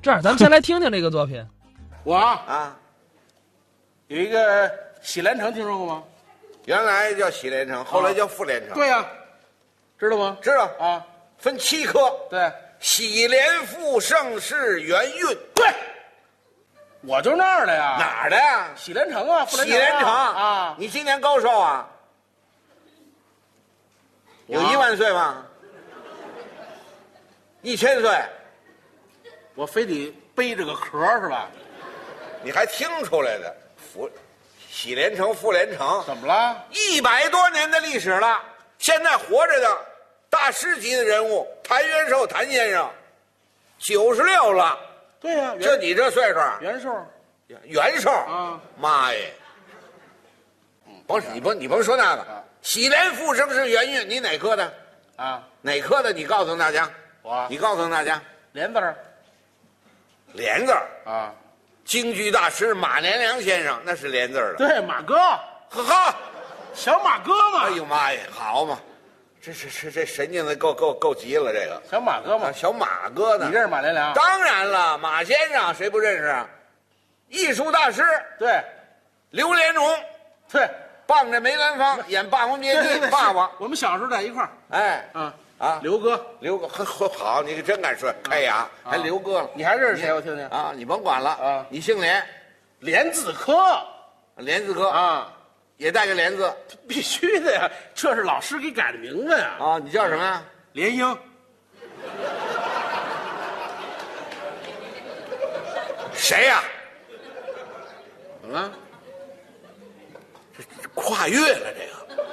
这样，咱们先来听听这个作品。我啊，啊，有一个喜兰城，听说过吗？原来叫洗脸城，后来叫复脸城。，啊对呀、知道吗？知道啊，啊，分七科：对洗脸复盛世元运。对，我就那儿的呀。哪儿的呀？喜兰城啊，富洗兰城啊脸啊城啊，你今年高寿啊？有我一万岁吗？一千岁？我非得背着个壳儿是吧？你还听出来的？复洗脸城、复脸城，怎么了？一百多年的历史了。现在活着的大师级的人物谭元寿谭先生，九十六了。对呀、元就你这岁数，元寿，元寿啊！妈耶！甭你甭你甭说那个啊，喜连复生是元运，你哪科的？啊，哪科的？你告诉大家，我啊你告诉大家，莲子儿连字儿，啊，京剧大师马连良先生那是连字儿的。对，马哥，呵呵，小马哥嘛，哎呦妈耶，好嘛，这这这这神经的够够够极了，这个小马哥嘛啊，，小马哥呢？你认识马连良？当然了，马先生谁不认识啊？艺术大师对，刘连荣。对，傍着梅兰芳演《霸王别对姬 对对，》，霸王，我们小时候在一块儿哎，啊啊刘哥，刘哥，呵呵好，你可真敢说，开牙，嗯还刘哥了你还认识谁？我听听，啊？你甭管了啊你姓连，莲子科连字哥，啊，也带个连字 必须的呀，这是老师给改的名字呀，啊？你叫什么呀？莲英，谁呀？怎么了？跨越了这个。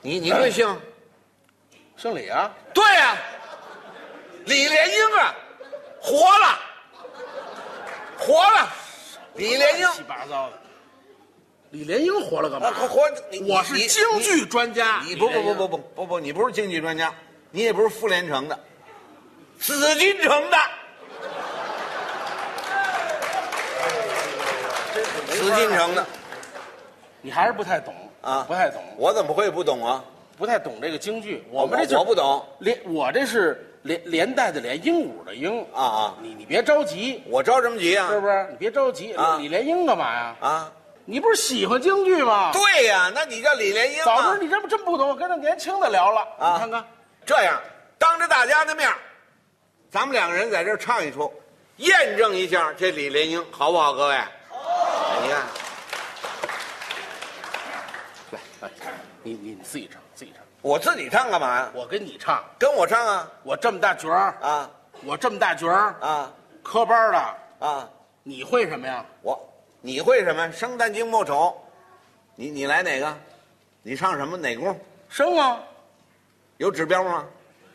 你你贵姓？姓李啊，对呀，李莲英啊，活了，活了，李莲英乱七八糟的，李莲英活了干嘛啊，？活活，你你我是你京剧专家，你不李莲不英不不不不不，你不是经济专家，你也不是妇联城的，紫禁城的，紫禁城的你还是不太懂啊，不太懂，我怎么会不懂啊？不太懂这个京剧。我们这我就不懂，连我这是连连带的连鹦鹉的鹦啊啊你你别着急，我着什么急啊是？不是？你别着急，啊李莲英干嘛呀？啊，你不是喜欢京剧吗？对呀、那你叫李莲英早知道啊？你这么真不懂，我跟那年轻的聊了。啊你看看，这样，当着大家的面儿，咱们两个人在这儿唱一出，验证一下这李莲英好不好？各位，哎好，你看，来来，哎你你你自己唱，自己唱，我自己唱干嘛呀？我跟你唱。跟我唱啊我这么大角儿，啊我这么大角儿，啊科班儿的，啊！你会什么呀？我，你会什么？生旦净末丑，你你来哪个？你唱什么哪功？生啊，有指标吗？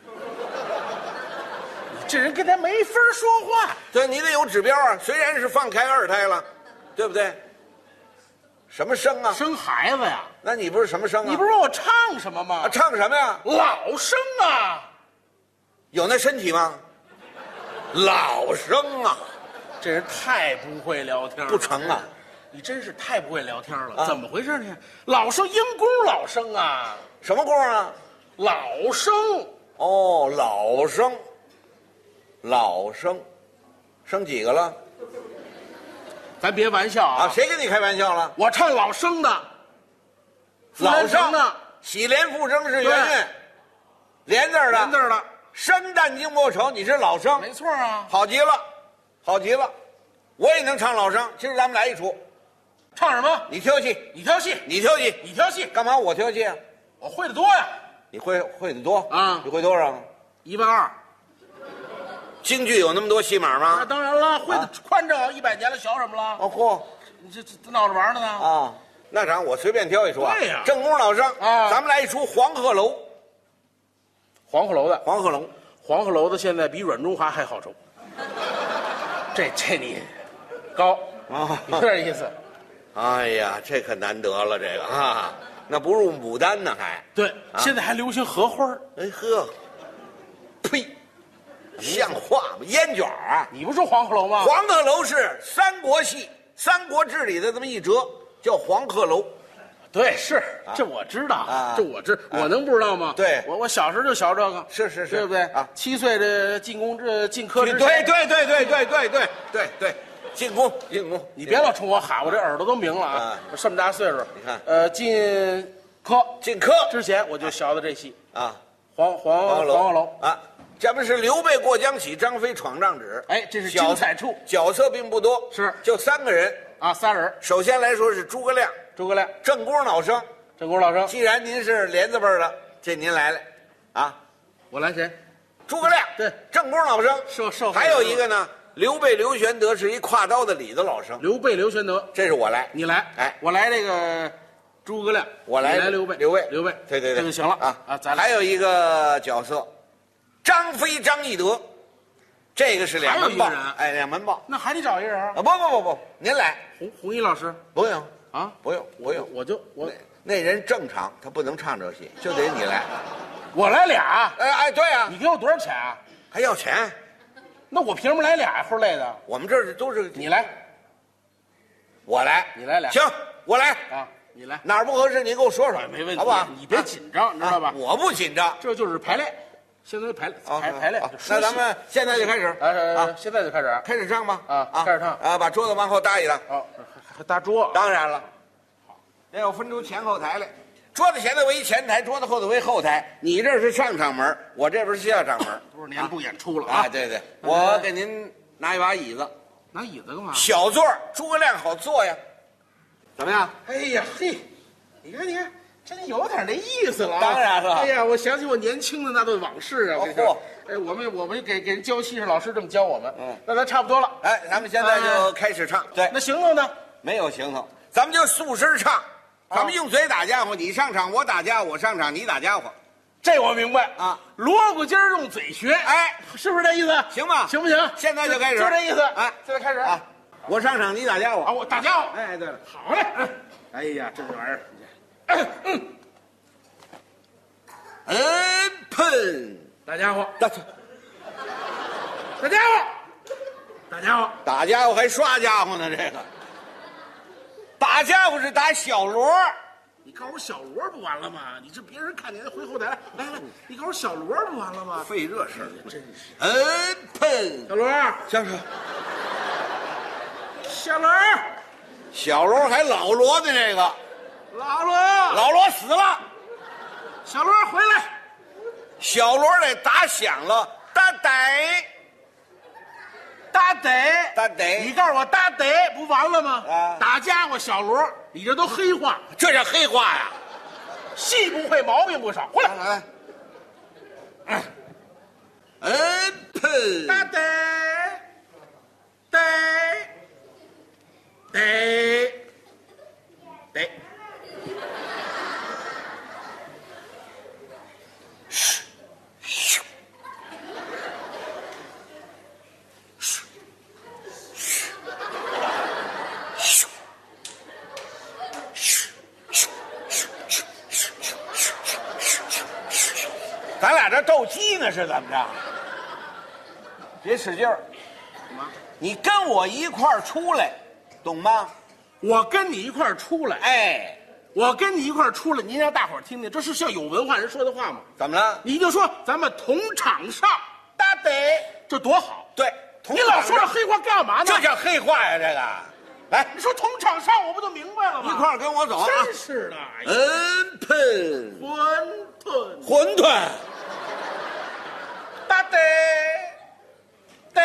你这人跟他没法儿说话。对，你得有指标啊。虽然是放开二胎了，对不对？什么生啊？生孩子呀？那你不是什么生啊？你不是问我唱什么吗？啊唱什么呀？老生啊，有那身体吗？老生啊，这人太不会聊天了不成啊！你真是太不会聊天了，啊怎么回事呢？老生英公老生啊，什么功啊？老生哦，老生，老生，生几个了？咱别玩笑啊！啊，谁跟你开玩笑了？我唱老生的，老生呢，喜连复生是元对运，连字儿的连字儿的，生旦净末丑，你是老生，没错啊。好极了，好极了，我也能唱老生。今儿咱们来一出，唱什么？你挑戏，你挑戏，你挑戏，你挑戏，干嘛我挑戏啊？我会的多呀，你会会的多啊你会多少？一万二。京剧有那么多戏码那吗？当然了，会的啊宽正，一百年了，学什么了？哦嚯你这这闹着玩呢呢？啊！那啥，我随便挑一出啊。对呀正宫老生啊咱们来一出《黄鹤楼》。黄鹤楼的，黄鹤楼，黄鹤楼的现在比阮中华还好抽。这这你高啊有点意思。 哎呀，这可难得了，这个啊，那不入牡丹呢还。对，啊现在还流行荷花儿哎呵，呸，像话吗？烟卷儿啊！你不说黄鹤楼吗？黄鹤楼是三国戏《三国志》里的这么一折，叫黄鹤楼。对，是这我知道，啊这我知，我能不知道吗？对我我小时候就学这个，是是是对不对？啊七岁这进宫这进科对之对前，对对对对对对对对，进宫进宫，你别老冲我喊，我这耳朵都明了啊啊！我这么大岁数，你看呃，进科进科之前我就学的这戏，啊，黄黄黄鹤楼鹤楼，啊，这不是刘备过江起，张飞闯帐址。哎这是角精彩处角色并不多，是就三个人。啊，仨人，首先来说是诸葛亮，诸葛亮、正锅老生。郑国老生，既然您是帘子辈儿的，这您来了，啊，我来谁？诸葛亮对正锅老生，受受还有一个呢，刘备刘玄德是一挎刀的李子老生，刘备、刘玄德，这是我来，你来，哎，我来这个诸葛亮，我来你来刘备，刘备刘备，对对对，这就行了啊啊，咱俩还有一个角色，张飞张翼德，这个是两门还豹有一个人，哎，两门豹那还得找一人啊啊，，不不不不，您来，红红衣老师不用啊，不用不用，我就我那那人正常，他不能唱这戏，就得你来，我来俩，哎哎，对啊，你给我多少钱啊？还要钱，那我凭什么来俩呀？齁累的，我们这儿都是你来我来，你来俩行，我来，啊，你来，哪儿不合适你给我说说，没问题，啊好不好？你别紧张，你知道吧啊？我不紧张，这就是排练，现在排练啊排排练啊，就那说戏咱们现在就开始来啊，，哎现在就开始啊开始唱吧，啊开始唱啊，把桌子往后搭一搭，哦，还还搭桌，啊当然了，得有分出前后台来。桌子前头为前台，桌子后头为后台。你这是上场门，我这边啊是下场门。多少年不演出了啊，啊？对对，嗯我给您拿一把椅子，拿椅子干嘛？小座儿，诸葛亮好坐呀。怎么样？哎呀，嘿，你看，你看，真有点那意思了、啊。当然了哎呀，我想起我年轻的那段往事啊。我跟你说哦，哎，我们我们给给人教戏是老师这么教我们。嗯那咱差不多了。哎哎，咱们现在就开始唱。对那行头呢？没有行头，咱们就素身唱，咱们用嘴打家伙，你上场我打家伙，我上场你打家伙，这我明白啊。锣鼓筋儿用嘴学，哎，是不是这意思？行吧行不行？现在就开始就这意思。哎现在开始啊！我上场你打家啊！伙。我大家伙，哎，对了，好嘞。哎哎呀，这玩意儿，嗯，嗯喷，大家伙，打大家伙，大家伙，打家伙还刷家伙呢，这个打家伙是打小锣，你告诉我小罗不完了吗？你这别人看见回后台来来来，你告诉我小罗不完了吗？哎费这事儿，真是。嗯喷，小罗，先生，小罗，小锣还老锣呢，这个老罗，老锣死了，小罗回来，小锣得打响了，打得大得，打得你告诉我大得不完了吗？啊打家伙小罗，你这都黑话，这叫黑话呀！戏不会，毛病不少，回来，来来，嗯大喷，得，得，得，得，咱俩这斗鸡呢是怎么着？别使劲儿，怎么？你跟我一块儿出来，懂吗？我跟你一块儿出来，哎，我跟你一块儿出来，您让大伙儿听听，这是像有文化人说的话吗？怎么了？你就说咱们同场上，大得这多好！对，你老说这黑话干嘛呢？这叫黑话呀，这个，来你说同场上，我不就明白了吗？一块儿跟我走啊！真是的，哎呀嗯喷，馄饨馄饨，大得得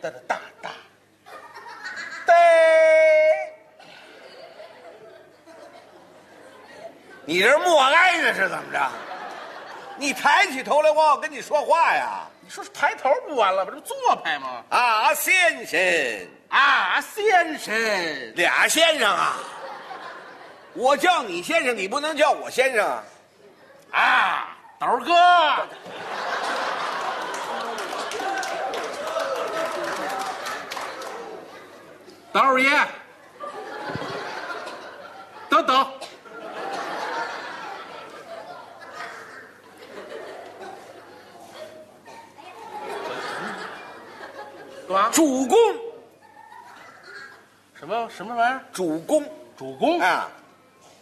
大大大，得，你这是默哀呢是怎么着？你抬起头来，我要跟你说话呀！你说抬头不完了吗？这不做派吗？啊，先生，啊，先生，俩先生啊，我叫你先生，你不能叫我先生啊！啊，斗儿哥，斗儿爷，等等，干嘛？主公，什么什么玩意儿？主公，主公，啊，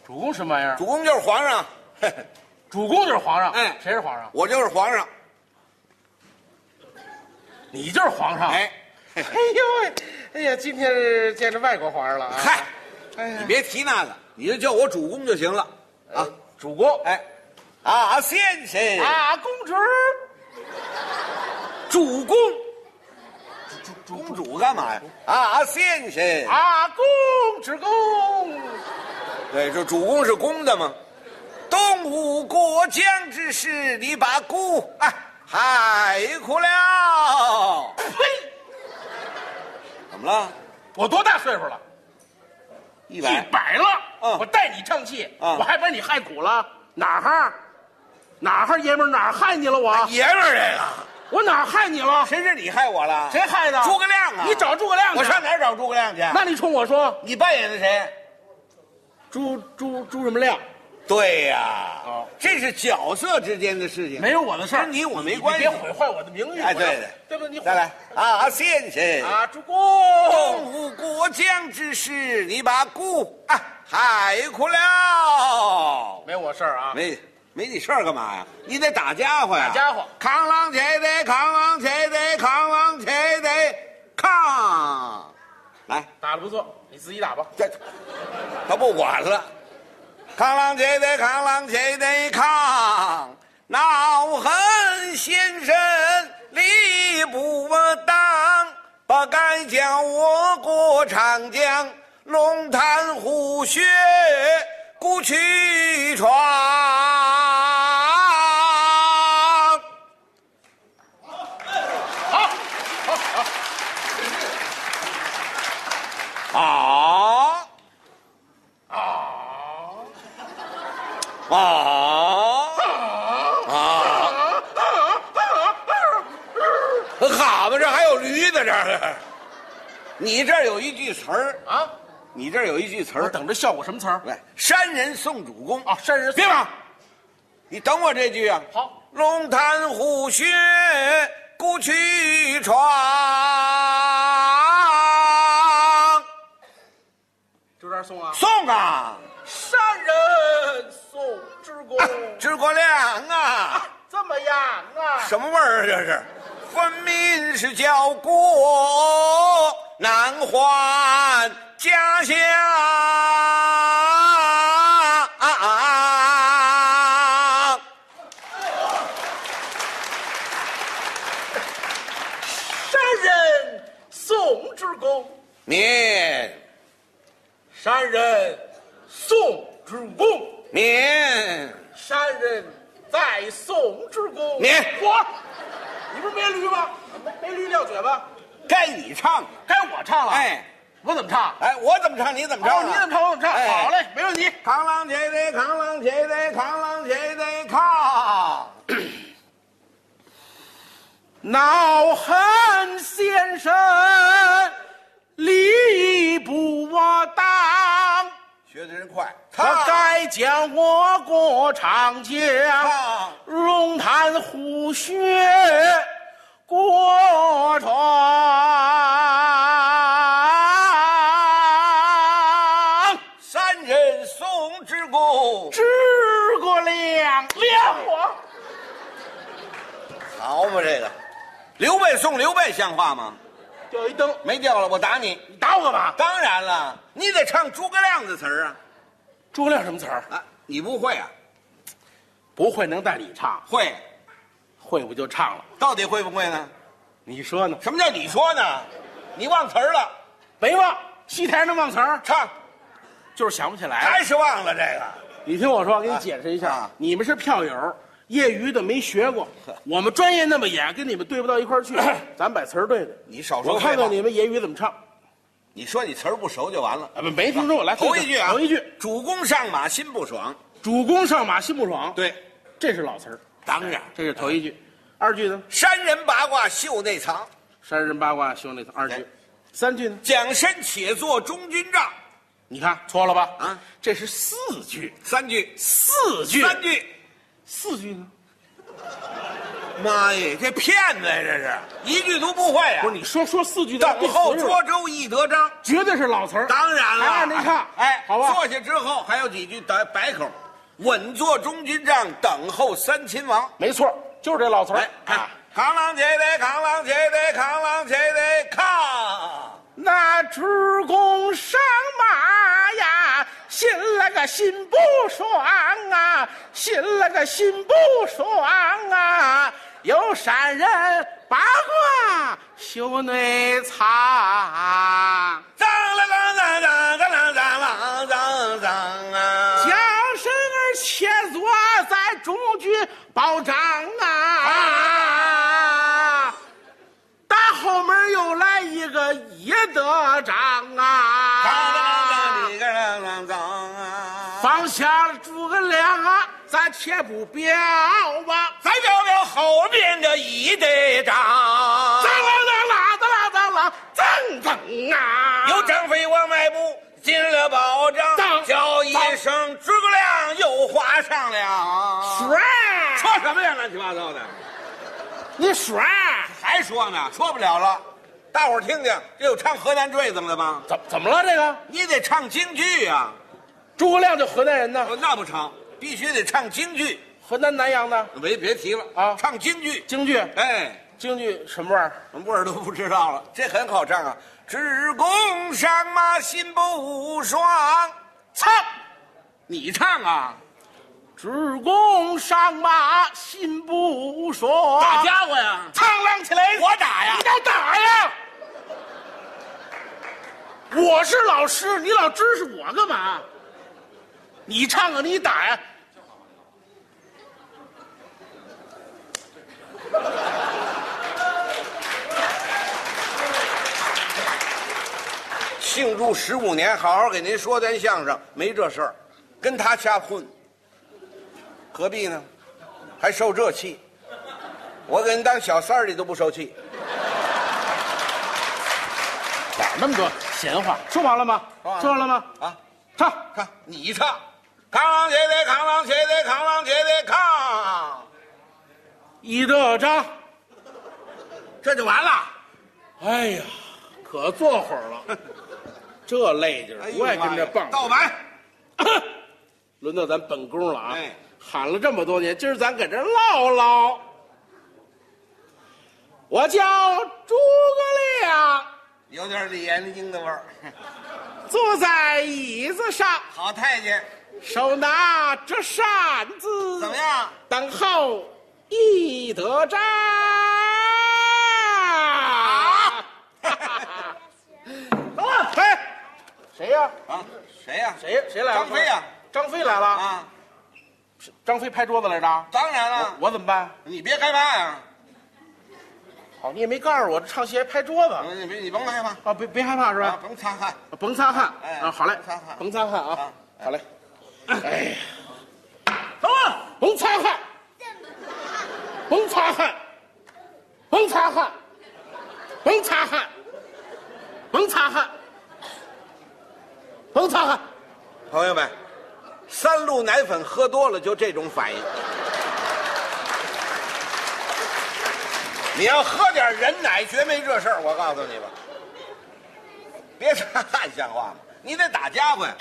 主公什么玩意儿？主公就是皇上，嘿嘿主公就是皇上。哎谁是皇上？我就是皇上。你就是皇上。哎，嘿哎呦喂，哎呀，今天是见着外国皇上了啊！嗨，哎呀你别提那个，你就叫我主公就行了。啊，主公，哎哎，啊，先生，啊，公主儿，主公，公主干嘛呀？啊，先生，啊，公主公，对，这主公是公的吗？东吴过江之事，你把孤哎害苦了。呸！怎么了？我多大岁数了？一一百百了。嗯我带你唱戏，嗯我还把你害苦了。哪哈？哪哈爷们儿哪儿哎害你了我？爷们儿这我哪儿害你了？个，谁是你害我了？谁害的？诸葛亮啊！你找诸葛亮去。我上哪儿找诸葛亮去？那你冲我说，你扮演的谁？诸诸诸什么亮？对呀、哦这是角色之间的事情。没有我的事儿，跟你我没关系你别毁坏我的名誉。哎我对要对对不对？你毁再来啊，先生，啊，主公，东吴过江之事，你把孤啊害苦了。没我事儿啊。没没你事儿干嘛呀？你得打家伙呀！打家伙扛啷切得，扛啷切得，扛啷切得，扛。来，打的不错，你自己打吧。这他不管了，扛啷切得，扛啷切得，扛。恼恨先生理不当，不该叫我过长江，龙潭虎穴孤去闯。好，啊好，啊！好，蛤蟆这还有驴呢，这儿。你这儿有一句词儿，啊！你这儿有一句词我儿。等着效果什么词儿？喂，山人送主公啊，山人别忙，你等我这句啊。好，龙潭虎穴孤去闯。就这儿送啊！送啊，山人送之 公，诸葛亮啊，怎么样啊？什么味儿啊？这是，分明是叫过南还家乡。山人送之公，你山人送之公，你。山人再送之公。你我，你不是没驴吗？没没驴撂蹶吗？该你唱，该我唱了。哎，我怎么唱？哎，我怎么唱你怎么哦唱，，你怎么唱我怎么唱。哎好嘞，没问题。扛啷起来，扛啷起来，扛啷起来，扛。恼恨先生理不当，学的真快，不该叫我过长江，啊唱龙潭虎穴过船。山人送之故，诸葛亮，亮我，好嘛这个，刘备送刘备像话吗？有哎一灯，没掉了，我打你。你打我干嘛？当然了，你得唱诸葛亮的词儿啊。诸葛亮什么词儿？啊，你不会啊？不会能带你唱，会，会我就唱了。到底会不会呢？你说呢？什么叫你说呢？你忘词儿了，没忘，戏台上忘词儿，唱就是想不起来。还是忘了这个。你听我说，给你解释一下，啊你们是票友，业余的没学 过，我们专业那么演，跟你们对不到一块 儿去，咱把词儿对对。你少说我废话看看你们业余怎么唱。你说你词儿不熟就完了。啊，不，没听说我来头一句啊，头一句，主公上马心不爽。主公上马心不爽，，对，这是老词儿，当然，这是头一句。二句呢？山人八卦袖内藏，山人八卦兄弟二句对，哎三句呢？蒋身且坐中军帐。你看错了吧？啊，这是四句，三句，四句，三句，四句呢？妈耶，这骗子呀，这是一句都不会呀、不是你说说四句的等候涿州一得章，绝对是老词儿。当然了，还按那唱，哎，好吧。坐下之后还有几句白白口，稳坐中军帐，等候三秦王。没错，就是这老词儿啊来，哎看，扛啷起来，扛啷起来，扛啷起来，扛。那主公上马呀，心了个心不爽啊，心了个心不爽啊。有山人八卦修内藏，脏了脏脏脏脏脏脏脏啊！将身儿且坐在中军保障啊。大后门又来一个也得长啊。脏脏脏脏啊！放下诸葛亮啊，咱且不表啊吧。咱聊聊后边的一队长，当啷当啷当啷当啷，当啷啊！有张飞往外步进了保障，当叫一声诸葛亮又划上了。水，说什么呀？乱七八糟的，你水还说呢？说不了了。大伙儿听听，这有唱河南坠子的吗？怎怎么了？这个你得唱京剧啊！诸葛亮就河南人呢，哦那不成，必须得唱京剧。河南南阳的别别提了啊唱京剧，京剧，哎，京剧什么玩意儿？什么味儿都不知道了，这很好唱啊。只公上马心不爽，唱。你唱啊？主公上马心不爽，打家伙呀？唱啷起来，我打呀你倒打呀！我是老师，你老指使我干嘛？你唱啊，你打呀！庆祝十五年，好好给您说段相声，没这事儿，跟他瞎混，何必呢？还受这气？我给人当小三儿，你都不受气。哪那么多闲话？说完了吗？说完了吗？啊，唱。看你唱，扛啷斜对，扛啷斜对，扛啷斜对，扛，一得张，这就完了。哎呀，可坐会儿 了，这累劲儿，不爱跟这棒。盗版， 轮到咱本宫了啊！哎喊了这么多年，今儿咱搁这儿唠唠。我叫诸葛亮，有点李延英的味儿。坐在椅子上，好太监，手拿着扇子，怎么？样？等候一得张。 走了，嘿，哎谁呀、啊，谁呀、谁呀？谁来了？张飞呀张飞来了！啊？张飞拍桌子来着。当然了，我怎么办？你别害怕呀、好，你也没告诉我，这唱戏还拍桌子你别你甭害怕，嗯啊！别别害怕是啊吧？甭擦汗。甭擦汗。哎啊，好嘞甭擦甭擦汗，汗啊啊！好嘞。哎呀，走啊！甭擦汗，甭擦汗，甭擦汗，甭擦汗，甭擦汗，甭擦汗。朋友们，三鹿奶粉喝多了就这种反应。你要喝点人奶，绝没这事儿。我告诉你吧，别擦汗，像话吗？你得打家伙呀。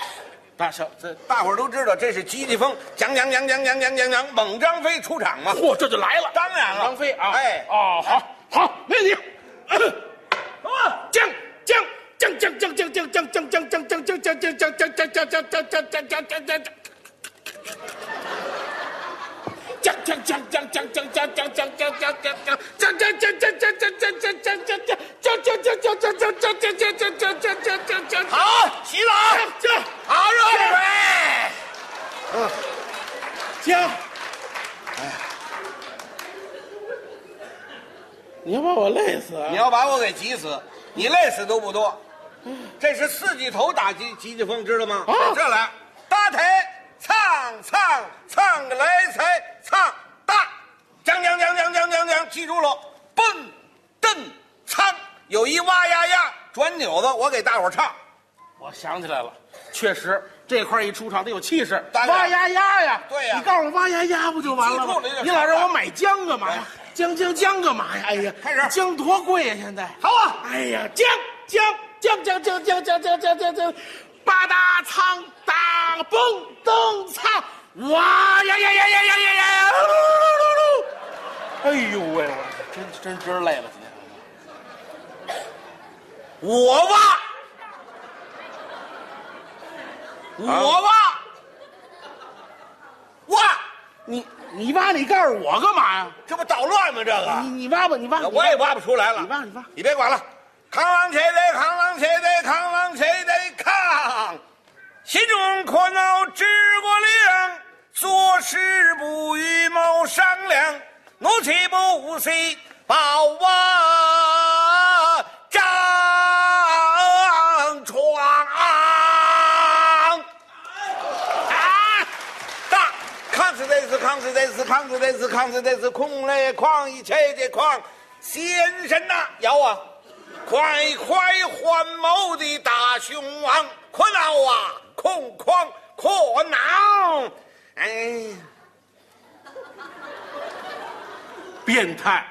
大小这，大伙儿都知道这是急急风，讲讲讲讲讲讲讲讲，猛张飞出场嘛。嚯，这就来了。当然了，张飞啊，哎，哦，好，好，没问题。啊，将将将将将将将将将将将将将将将将将将将将将将将将将将。将将将将将将将将将将将将将将将将将将将将将将将将将将将将将将将将将将将将将将将好，起来，将好热水。将。你要把我累死啊你！要把我给急死，你累死都不多。这是四季头打急急急风，知道啊吗？这来，搭台唱唱唱个来才唱大，将将将将将将将，记住了，蹦蹬苍，有一哇呀呀转扭子，我给大伙儿唱。我想起来了，确实这块儿一出场得有气势，当然哇呀呀呀！对呀你告诉我哇呀呀不就完了记吗住了这？个你老让我买姜干嘛呀哎？姜姜姜干嘛呀？哎呀，开始姜多贵呀现在！好啊，哎呀，姜姜姜姜姜姜姜姜姜姜姜，吧嗒苍大蹦蹬苍，哇呀呀呀呀呀呀呀！噜噜噜噜噜！哎呦喂，我真真真累了今天。我吧，啊我吧，哇，你你挖你告诉我干嘛呀？这不捣乱吗？这个你呃你挖吧，你挖，我也挖不出来了。你挖，你挖，你别管了，扛啷谁得扛啷谁得扛啷谁得扛，心中苦恼知过量，做事不与谋商量，怒气不无息把我张床啊！大扛起这次，扛起这次，扛起这次，扛起这次，空嘞狂一切的狂，先生呐、有啊，快快还某的大雄王，困扰啊，空旷阔恼，哎，变态。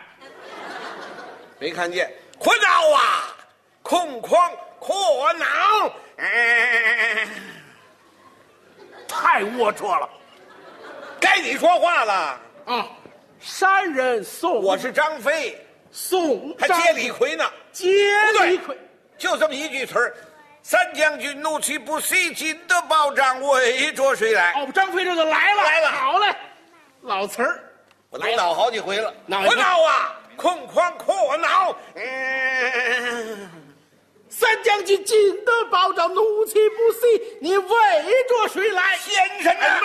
没看见，困扰啊，空旷阔恼，哎，太龌龊了。该你说话了，啊，山人送我是张飞，宋还张接李逵呢。接李逵，就这么一句词儿。三将军怒气不息，紧的暴涨，围着谁来？哦，张飞这就来了，来了好嘞，老词儿，我都闹好几回了，闹一我回闹啊！空旷阔恼，嗯，三将军进得保障，怒气不息，你围着谁来？哎先生啊， 啊啊